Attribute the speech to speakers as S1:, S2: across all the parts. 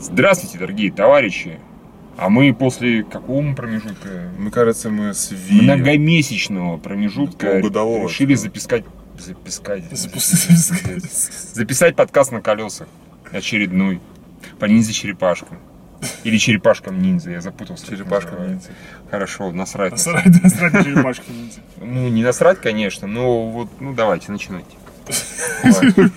S1: Здравствуйте, дорогие товарищи. А мы после какого промежутка?
S2: Мне кажется, мы с Ви...
S1: Многомесячного промежутка
S2: Полугодового.
S1: решили запискать... Запискать...
S2: запускали.
S1: Записать подкаст на колесах. Очередной. По ниндзя черепашкам. Или черепашкам ниндзя, я запутался. как
S2: Черепашка
S1: называют.
S2: ниндзя.
S1: Хорошо, насрать. на самом
S3: Срать, срать на черепашки ниндзя.
S1: деле. Ну, не насрать, конечно, но вот, ну давайте, начинайте.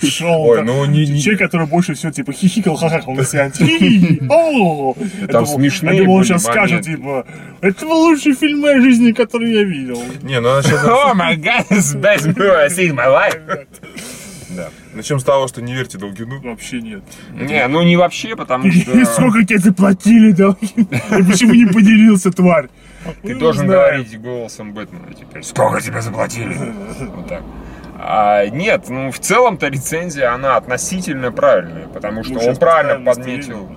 S3: Шел.
S2: Ой,
S3: да.
S2: ну не- не-
S3: Человек, который больше всего типа хихикал, хахахал на сеансе. Хи-хи, о! Это вот-
S1: смешные
S3: Я думал, он
S1: были
S3: сейчас скажет,
S1: моменты.
S3: типа, это был лучший фильм моей жизни, который я видел.
S2: Не, ну начнем,
S1: О, my god, it's best movie I've seen in my life. Да.
S2: начнем с того, что не верьте Долгину.
S3: Вообще нет.
S1: Не, ну не вообще, потому
S3: И
S1: что
S3: Сколько тебе заплатили, да? И почему не поделился, тварь?
S1: ты должен
S3: говорить.
S1: говорить голосом Бэтмена теперь. Сколько тебе заплатили? Вот так. А, нет, ну в целом-то рецензия, она относительно правильная, потому
S3: Ну,
S1: что он правильно подметил.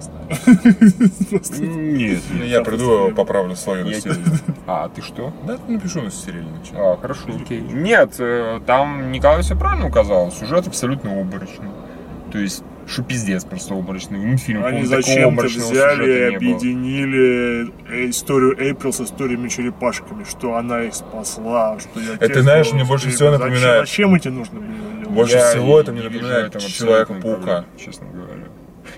S1: Нет,
S2: Ну,
S1: нет.
S2: я приду, поправлю свою на
S1: Я-
S2: стерильный.
S1: А, ты что?
S2: Да, напишу на стерильный. чё.
S1: А, хорошо, окей. Нет, э, там Николай все правильно указал, сюжет абсолютно оборочный. То есть, что пиздец просто оборочный. Мультфильм,
S3: Они
S1: по-моему, такого
S3: зачем-то
S1: оборочного
S3: взяли
S1: сюжета
S3: и
S1: не было.
S3: объединили э, историю Эйприл с историями черепашками, что она их спасла, что я
S2: Это,
S3: те,
S2: знаешь,
S3: что-
S2: мне больше
S3: зачем-
S2: всего напоминает-
S3: Зачем эти нужны были?
S2: Больше-
S1: Я
S2: всего
S1: не-
S2: это мне
S1: не вижу
S2: напоминает
S1: в этом
S2: Человека-паука.
S1: абсолютной проблемы, Честно говоря.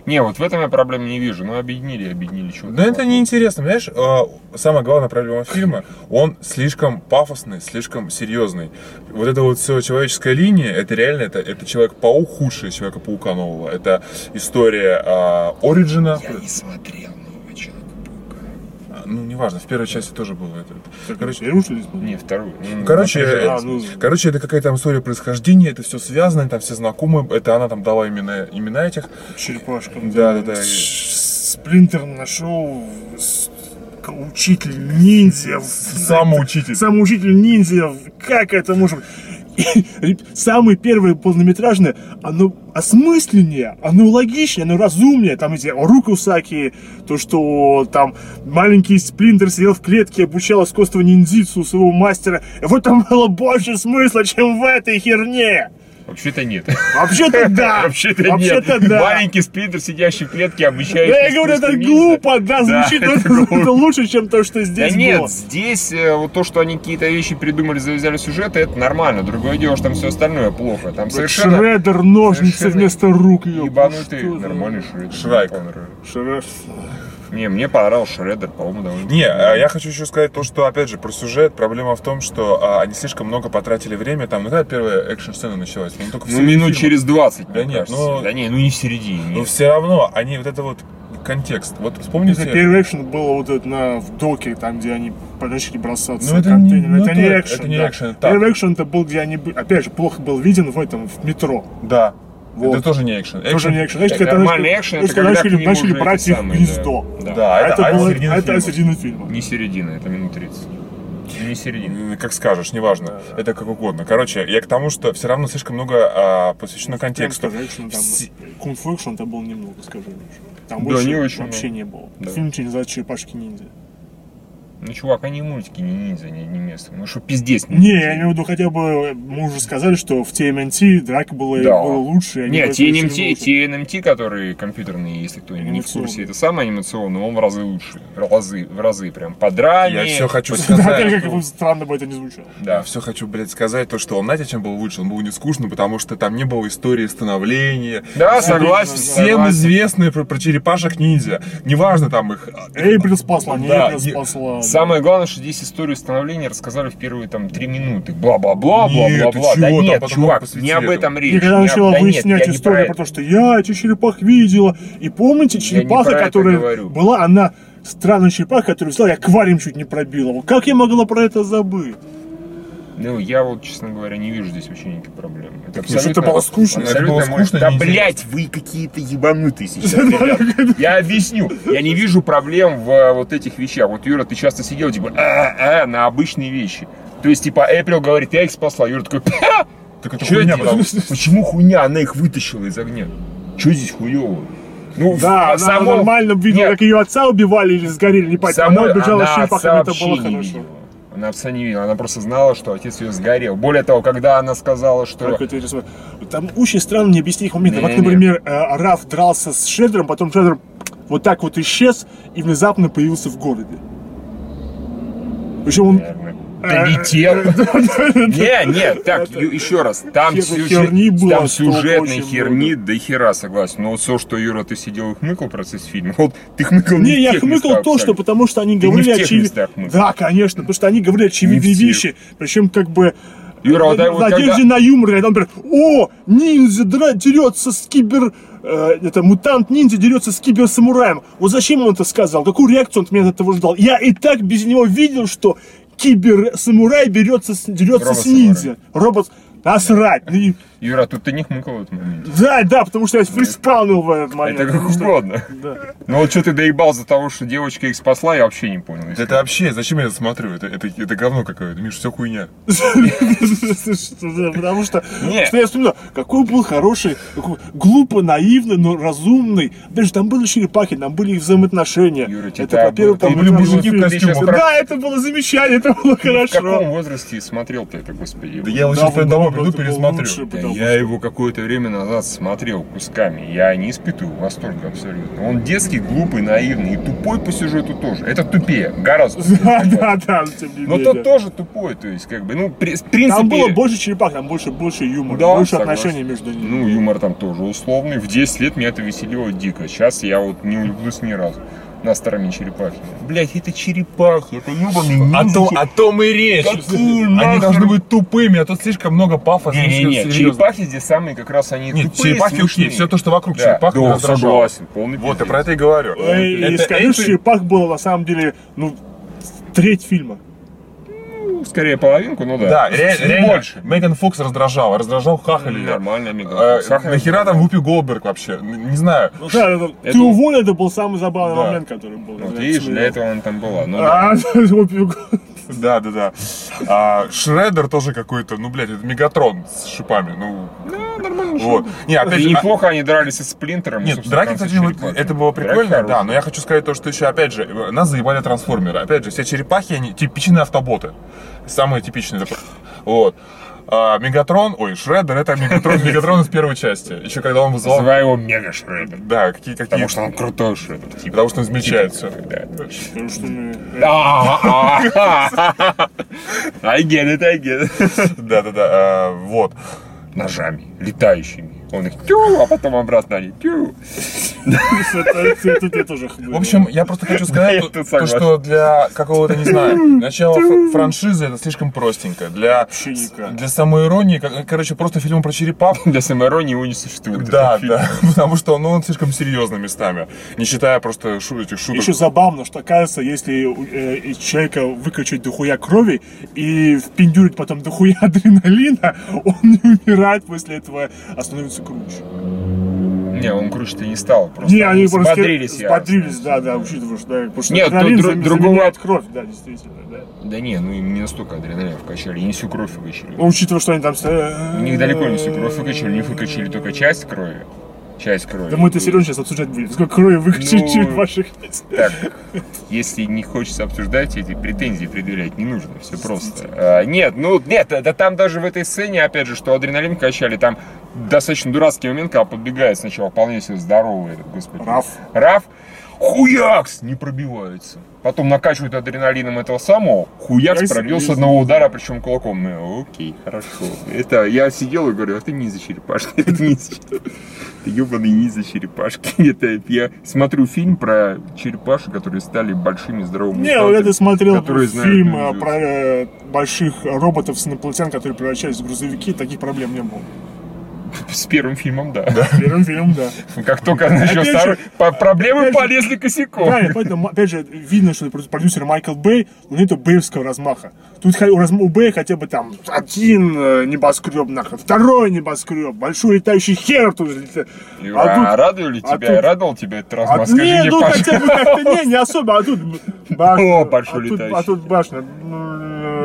S1: Не, вот в этом я проблем не вижу. Ну, объединили, объединили. Чего
S2: Да Ну, это неинтересно, понимаешь, э, самая главная проблема фильма, он слишком пафосный, слишком серьезный. Вот это вот все человеческая линия, это реально, это, это Человек-паук, худший Человека-паука нового. Это история э, Ориджина.
S1: Я не смотрел нового Человека-паука.
S2: Ну, неважно, в первой части тоже было это.
S3: Короче, рушились бы.
S1: Не, вторую. Ну,
S2: Ну, Короче,
S1: напряжение.
S2: э,
S3: А, ну.
S2: короче, это какая-то там история происхождения, это все связано, там все знакомые, это она там дала именно имена этих.
S3: Черепашкам.
S2: Да, да, да.
S3: Сплинтер нашел с- к- учитель ниндзя. в-
S2: Самоучитель.
S3: Самый учитель ниндзя. в- Как это может быть? Реб- Самое первое полнометражное, оно осмысленнее, оно логичнее, оно разумнее. Там эти руки усаки, то, что там маленький сплинтер сидел в клетке, обучал искусство ниндзицу у своего мастера. И вот там было больше смысла, чем в этой херне.
S1: Вообще-то нет.
S3: Вообще-то да.
S1: Вообще-то нет.
S3: Вообще-то да.
S1: Маленький сплинтер, сидящий в клетке, обучающий.
S3: Да, я говорю, это
S1: искусству ниндзя.
S3: глупо, да,
S1: Да,
S3: звучит
S1: это
S3: это,
S1: глупо.
S3: это лучше, чем то, что
S1: Да
S3: здесь
S1: нет,
S3: было.
S1: здесь э, вот то, что они какие-то вещи придумали, завязали сюжеты, это нормально. Другое дело, что там все остальное плохо. Там совершенно
S3: Шредер, ножницы
S1: совершенно
S3: вместо рук, ёпта,
S1: ебанутый
S3: что за-
S1: нормальный шредер.
S2: Шрайк.
S1: Мне понравилось.
S3: Шре-
S1: Не, мне понравился шредер, по-моему, довольно.
S2: Не, а я хочу еще сказать то, что, опять же, про сюжет. Проблема в том, что а, они слишком много потратили время. Там, ну, когда первая экшн-сцена началась? Ну, только в
S1: Ну,
S2: середине
S1: минут
S2: фильма.
S1: через 20,
S2: Да
S1: мне
S2: нет,
S1: кажется.
S2: ну-
S1: Да не, ну не в середине.
S2: Но
S1: нет.
S2: все равно, они вот это вот контекст. Вот
S3: Это
S2: вспомните...
S3: первый экшен был вот этот на, в доке, там, где они начали бросаться
S2: Ну, это не-
S3: контейнерами.
S2: ну,
S3: это, не
S2: это-
S3: экшен,
S2: это не
S3: да.
S2: экшен, это так.
S3: Первый экшен это был, где они, бы- опять же, плохо был виден в этом, в метро.
S2: Да.
S3: Вот.
S2: Это тоже не э, экшен.
S3: Тоже
S2: Экшен-
S3: не экшен. Значит,
S1: Так,
S3: когда
S1: нормальный
S3: начали-
S1: экшен,
S3: значит,
S1: это когда
S3: начали,
S1: к нему
S3: начали
S1: уже
S3: брать
S1: эти
S3: их
S1: самые,
S3: гнездо.
S1: да.
S2: Да,
S3: А
S2: это,
S3: это,
S2: а, это
S3: было,
S2: середина
S3: это
S2: фильма.
S3: середина фильма.
S1: Не середина, это минут 30. Не середина.
S2: М, Как скажешь, неважно. Это как угодно. Короче, я к тому, что все равно слишком много а, посвящено контексту.
S3: Прям скажи, экшена там-
S2: Все-
S3: Кунг-фу экшена там был немного, скажи, Миша. Там
S1: Да,
S3: больше
S1: не очень
S3: вообще
S1: много.
S3: не было.
S1: Да.
S3: Фильм через называется «Черепашки ниндзя».
S1: Ну, чувак, они мультики, не ниндзя, не, не место. Ну, что пиздец.
S3: Не, я
S1: ну,
S3: имею в виду, хотя бы мы уже сказали, что в TMNT драка была,
S1: Да.
S3: была лучше. и они
S1: Не,
S3: были
S1: TNMT,
S3: лучше.
S1: TNMT, которые компьютерные, если кто не в курсе,
S3: Анимационные.
S1: это самый анимационный, он в разы лучше. В разы, в разы прям. По драме.
S2: Я все хочу
S3: Да, хотя
S2: сказать.
S3: как бы странно бы это не звучало.
S2: Да,
S1: Да.
S2: все хочу, блядь, сказать то, что он, знаете, чем был лучше? Он был не скучный, потому что там не было истории становления.
S1: Да, согласен.
S2: Всем
S1: согласен.
S2: известные про, про черепашек ниндзя. Неважно там их. а,
S3: Эйприл спасла, не
S2: Да,
S3: Эйприл
S2: не-
S3: спасла.
S1: Самое главное, что здесь историю становления рассказали в первые там три минуты. Бла-бла-бла,
S2: Нет, ты
S1: бла-бла-бла. Да
S2: чего, там
S1: нет,
S2: потом
S1: чувак,
S2: посвятили
S1: не об этом
S2: этому.
S1: речь.
S3: И когда
S1: не об-
S3: начала
S1: да нет,
S3: выяснять
S1: я не
S3: историю про,
S1: это.
S3: то, что я этих черепах видела, и помните
S1: не
S3: черепаха,
S1: про это
S3: которая
S1: говорю.
S3: была, она странная черепаха, которую взяла, я аквариум чуть не пробила. Вот Как я могла про это забыть?
S1: Ну, я вот, честно говоря, не вижу здесь вообще никаких проблем. Это
S2: Потому что это ну, было скучно, это
S1: абсолютно
S2: было
S1: мой-
S2: скучно,
S1: Да,
S2: неинтересно.
S1: блядь, вы какие-то ебанутые сейчас, ребят. Я объясню. Я не вижу проблем в э, вот этих вещах. Вот, Юра, ты часто сидел, типа, а, а, на обычные вещи. То есть, типа, Эприл говорит, я их спасла. Юра такой, «Ха!
S2: Так это
S1: Чё
S2: хуйня,
S1: это?
S2: потому что-
S1: Почему хуйня? Она их вытащила из огня. Че здесь хуево? Ну, в-
S3: Да, она
S1: само-
S3: нормально видела,
S1: Нет,
S3: как ее отца убивали или сгорели, не понятно. Она
S1: самой
S3: убежала с
S1: она отца
S3: черепахами, это было
S1: вообще не
S3: хорошо.
S1: видела. Она отца не видела, она просто знала, что отец ее сгорел. Более того, когда она сказала, что...
S3: Как это рисовать? Там очень странно необъяснимых моментов. Как,
S1: Не-не-не.
S3: например, э, Раф дрался с Шредером, потом Шредер вот так вот исчез и внезапно появился в городе. Причем он...
S1: Наверное. Ты
S3: Э,
S1: летел. Не, нет, так, ю- еще раз. Там,
S3: Хер-
S1: сюжет-
S3: херни было
S1: там
S3: столько
S1: сюжетной
S3: очень
S1: херни до хера, согласен. Но вот все, что, Юра, ты сидел и хмыкал в процессе фильма, вот ты хмыкал не
S3: Не,
S1: в
S3: я
S1: тех
S3: хмыкал
S1: местах
S3: то, что
S1: абсолютно.
S3: потому что они
S1: Ты не в
S3: говорили
S1: тех
S3: очевид-
S1: местах хмыкал.
S3: Да, конечно, потому что они говорили очевидные
S1: Не в тех.
S3: вещи. Причем как бы
S1: Юра, вот так
S3: на
S1: вот
S3: на
S1: когда-
S3: надежде на юмор, когда, например, о, ниндзя дра- дерется с кибер... э, это мутант ниндзя дерется с киберсамураем. Вот зачем он это сказал? Какую реакцию он от меня от этого ждал? Я и так без него видел, что кибер-самурай берется с- дерется с
S1: Робот-самурай.
S3: ниндзя. Робот... Насрать. Ну и-
S1: Юра, тут ты не хмыкал в этот момент.
S3: Да, да, потому что я фриспаунил в этот момент.
S1: Это как
S3: потому что-
S1: угодно.
S3: Да.
S1: Ну вот что ты доебал за того, что девочка их спасла, я вообще не понял.
S2: Да
S1: если-
S2: Это вообще, зачем я это смотрю? Это, это, это говно какое-то, Миш, все хуйня.
S3: Что за- Потому что,
S1: Не.
S3: что я вспоминал, какой был хороший, какой глупо наивный, но разумный. Даже там были черепахи, там были их взаимоотношения.
S1: Юра,
S3: это,
S1: тебя было-
S3: во-первых,
S1: там
S2: Там
S3: там
S2: были
S1: это
S2: мужики в
S1: было- ты
S2: костюмах.
S1: сейчас
S3: Да, это было замечание, это было
S1: В каком
S3: хорошо.
S1: возрасте смотрел ты это, господи?
S2: Да я лучше
S3: Да,
S2: с тобой
S3: вот
S2: домой
S3: это
S2: приду,
S3: было
S2: пересмотрю.
S3: лучше.
S1: Да
S3: потому
S1: я его какое-то время назад смотрел кусками. Я не испытываю восторга абсолютно. Он детский, глупый, наивный и тупой по сюжету тоже. Это тупее, гораздо.
S3: Да, да, да, тем не
S1: Но
S3: менее.
S1: Ну, тот тоже тупой, то есть как бы, ну, при- в принципе...
S3: Там было больше черепах, там больше, больше юмора,
S1: Да,
S3: больше
S1: согласен.
S3: отношений между ними.
S1: Ну, юмор там тоже условный. В 10 лет меня это веселило дико. Сейчас я вот не улюблюсь ни разу. На стороне черепахи. Блять, это черепахи, это ебаные
S2: О
S1: ниндзя.
S2: том, о том и речь.
S1: Какие
S2: Они
S1: нахер?
S2: должны быть тупыми, а тут слишком много пафоса.
S1: Не-не-не,
S2: слишком а серьезно.
S1: черепахи здесь самые как раз они
S2: Нет,
S1: тупые,
S2: черепахи
S1: смешные.
S2: окей, все то, что вокруг
S1: Да,
S2: черепах,
S1: да,
S2: меня раздражало.
S1: согласен, полный
S2: Вот, я
S1: пиздец.
S2: про это и говорю.
S3: Ой, И
S2: Это-
S3: скажи,
S2: это-
S3: что черепах было на самом деле, ну, треть фильма.
S1: Ну, Скорее половинку, ну да.
S2: Да,
S1: Ну,
S2: ре-
S1: не
S2: реально,
S1: больше.
S2: Меган Фокс раздражал, раздражал хахаль. её.
S1: Нормально, Ну,
S2: Э,
S1: Меган.
S2: Нахера там Вупи Голдберг вообще? Н- Не знаю.
S3: Ну да, это-
S1: это-
S3: ты уволен, это был самый забавный
S2: Да.
S3: момент, который был.
S1: Вот
S3: Я
S1: видишь,
S3: смотрел.
S1: для этого она там была. Ну, да.
S3: А, опью-
S2: Да, да, да. А, Шреддер тоже какой-то, ну, блядь, это Мегатрон с шипами. Ну,
S1: Ну, нормально.
S2: вот. Не, опять
S1: И
S2: же, а-
S1: неплохо они дрались с Сплинтером. и,
S2: Нет,
S1: собственно,
S2: драки,
S1: в конце
S2: кстати, вот
S1: черепахи.
S2: это было
S1: Драки
S2: прикольно, да,
S1: хорошие.
S2: но я хочу сказать то, что еще, опять же, э, нас заебали трансформеры. Опять же, все черепахи, они типичные автоботы. Самые типичные. это про- Вот. А, Мегатрон, ой, Шреддер, это Мегатрон, Мегатрон из первой части. Еще когда он вызывал...
S1: Называй его Мега Шреддер.
S2: Да, какие какие.
S1: Потому что он крутой Шреддер. типа.
S2: Потому что он измельчается.
S1: Да.
S3: Потому что мы-
S1: А-а-а. А, I get it, I get it.
S2: Да, да, да. а, Вот.
S1: Ножами, летающими. Он их тю, а потом обратно они тю.
S3: Это- это ты тоже хмырь.
S2: В общем, я просто хочу
S1: Я
S2: сказать,
S1: тут
S2: то, то,
S1: согласен.
S2: что для какого-то, не знаю, начала фр- франшизы это слишком простенько. Для,
S3: Вообще никак.
S2: для самоиронии, как- короче, просто фильм про черепах
S1: Для самоиронии его не существует.
S2: Да,
S1: этот фильм.
S2: да, потому что ну, он слишком серьезный местами, не считая просто шу- этих шуток.
S3: Еще забавно, что кажется, если э, из человека выкачать дохуя крови и впендюрить потом дохуя адреналина, он не умирает после этого, а становится круче.
S1: Не, он круче-то не стал. Просто
S3: Не, они просто
S1: взбодрились, я-
S3: взбодрились, да, да, учитывая, что, да, потому что
S1: Нет, тут
S3: адреналин
S1: друг-
S3: зам-
S1: другого-
S3: заменяет кровь, да, действительно, да.
S1: Да не, ну им не настолько адреналин вкачали, и не всю кровь выкачали.
S3: Ну, учитывая, что они там... э,
S1: У них далеко не всю кровь выкачали, у них выкачали только часть крови. Часть крови.
S3: Да мы это серьезно сейчас обсуждать будем. Сколько крови выкачать
S1: Ну,
S3: через ваших...
S1: Так, если не хочется обсуждать, эти претензии предъявлять не нужно, все просто. А, нет, ну нет, да там даже в этой сцене, опять же, что адреналин качали, там достаточно дурацкий момент, когда подбегает сначала вполне себе здоровый этот, господи.
S3: Раф.
S1: Раф. Хуякс! Не пробивается. Потом накачивают адреналином этого самого. Хуякс
S3: Я
S1: пробил с
S3: себе
S1: одного удара, причем кулаком. Ну, окей, хорошо. Это я сидел и говорю, а ты не за черепашки, это не за ебаный не за черепашки. Это я смотрю фильм про черепашек, которые стали большими здоровыми.
S3: Не, вот это смотрел
S1: которые знают
S3: фильм э,
S1: наизусть.
S3: про э, больших роботов с инопланетян, которые превращались в грузовики, таких проблем не было.
S1: С первым фильмом, да.
S3: Первым фильм, да.
S1: Как только начал
S3: Опять
S1: второй,
S3: же,
S1: по- проблемы
S3: опять же,
S1: полезли косяком.
S3: Правильно, поэтому, опять же, видно, что проду- продюсер Майкл Бэй, но нету бэевского размаха. Тут ха- у, разм- у Бэя хотя бы там один э, небоскреб, нахрен, второй небоскреб, большой летающий хер тут же летает.
S1: Юра,
S3: А тут-
S1: а радовали
S3: а
S1: тебя,
S3: тут-
S1: радовал тебя этот
S3: А,
S1: размаз? Скажи
S3: не,
S1: мне,
S3: ну хотя бы
S1: пожалуйста.
S3: как-то не, не особо, а тут башня.
S1: О, большой
S3: а тут,
S1: летающий.
S3: а тут башня.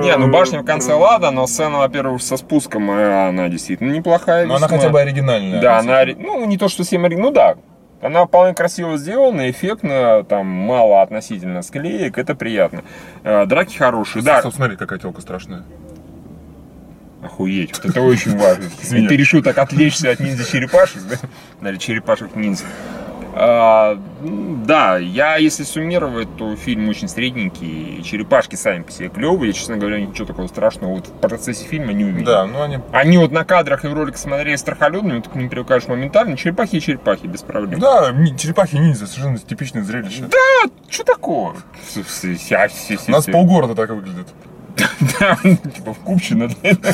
S1: Не, ну башня в конце ладно, но сцена, во-первых, со спуском, э, она действительно неплохая.
S2: Но она
S1: весьма.
S2: хотя бы оригинальная.
S1: Да, она, ори- ну, не то, что всем ори- ну да, она вполне красиво сделана, эффектно, там мало относительно склеек, это приятно. Э, Драки хорошие, да.
S2: Стоп, смотри, какая телка страшная.
S1: Охуеть, вот это очень важно. И
S2: Извини.
S1: ты решил так отвлечься от ниндзя черепашек, да? Или черепашек ниндзя. А, м, да, я, если суммировать, то фильм очень средненький. и Черепашки сами по себе клевые. Я, честно говоря, ничего такого страшного вот в процессе фильма не увидел.
S2: Да, ну они...
S1: Они вот на кадрах и в роликах смотрели страхолюдными, ты к ним привыкаешь моментально. Черепахи и черепахи, без проблем.
S2: Да, ни- черепахи-ниндзя, совершенно типичное зрелище.
S1: Что такое?
S2: У нас полгорода так выглядит.
S1: Да, ну, типа в Купчино. да.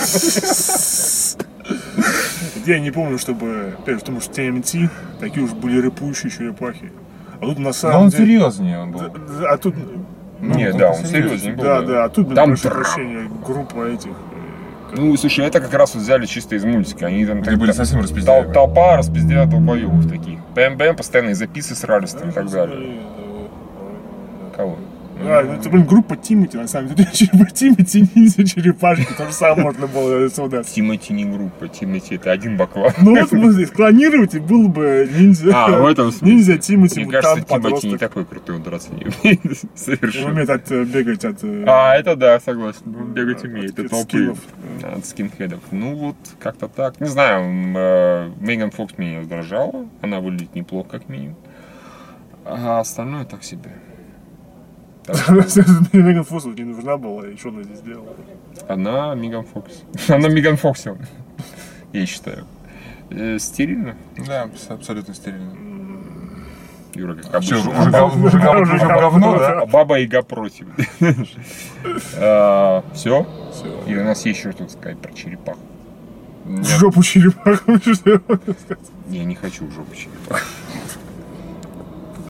S3: Я не помню, чтобы... Опять же, потому что TMT, такие уж были рыпующие черепахи. А тут на
S2: Но
S3: самом
S2: он
S3: деле...
S2: серьезнее он был.
S3: А тут...
S1: Не,
S2: ну,
S1: да,
S2: это
S1: он серьезный был.
S3: Да, да, а тут, блин,
S1: Там
S3: прошу
S1: тррр.
S3: прощения, группа этих... э, как-
S1: Ну, слушай, это как раз вот взяли чисто из мультика. Они там
S2: Где были совсем распиздяевы.
S1: тол- толпа распиздяя долбоебов таких. БМБМ постоянно из-за писы срались там и так далее. Кого?
S3: Да, ну, это, блин, группа Тимати, на самом деле. Черепа- Тимати, ниндзя, черепашки, то же самое можно было отсюда.
S1: Тимати не группа, Тимати это один баклан.
S3: Ну вот, в смысле, склонировать, и был бы ниндзя.
S1: А, в этом смысле.
S3: Ниндзя, Тимати,
S1: Мне кажется,
S3: мутант,
S1: Тимати не
S3: подросток.
S1: такой крутой, он драться не умеет.
S3: Он
S1: Совершенно.
S3: умеет от, э, бегать от... э,
S1: А, это да, согласен. Он бегать
S3: От
S1: умеет,
S3: кит-
S1: это толпы.
S3: скинов.
S1: Да, От скинхедов. Ну вот, как-то так. Не знаю, м, э, Меган Фокс меня раздражала. Она выглядит неплохо, как минимум. А остальное так себе.
S3: Меган Фокс вот не нужна была, и что она здесь делала?
S1: Она Меган Фокс. Она Меган Фоксил. Я считаю. Э, Стерильно.
S2: Да, абс- абсолютно стерильно.
S1: Юра, как
S2: Че, уже,
S1: обычно.
S2: гов- уже гов-
S3: А Уже
S2: уже
S3: говно,
S2: говно,
S1: А
S2: да?
S1: Баба Яга против. Все.
S2: Всё.
S1: И у нас есть еще что сказать про черепах.
S2: Нет.
S3: Жопу черепаху, что я могу сказать?
S1: Я не хочу в жопу черепах.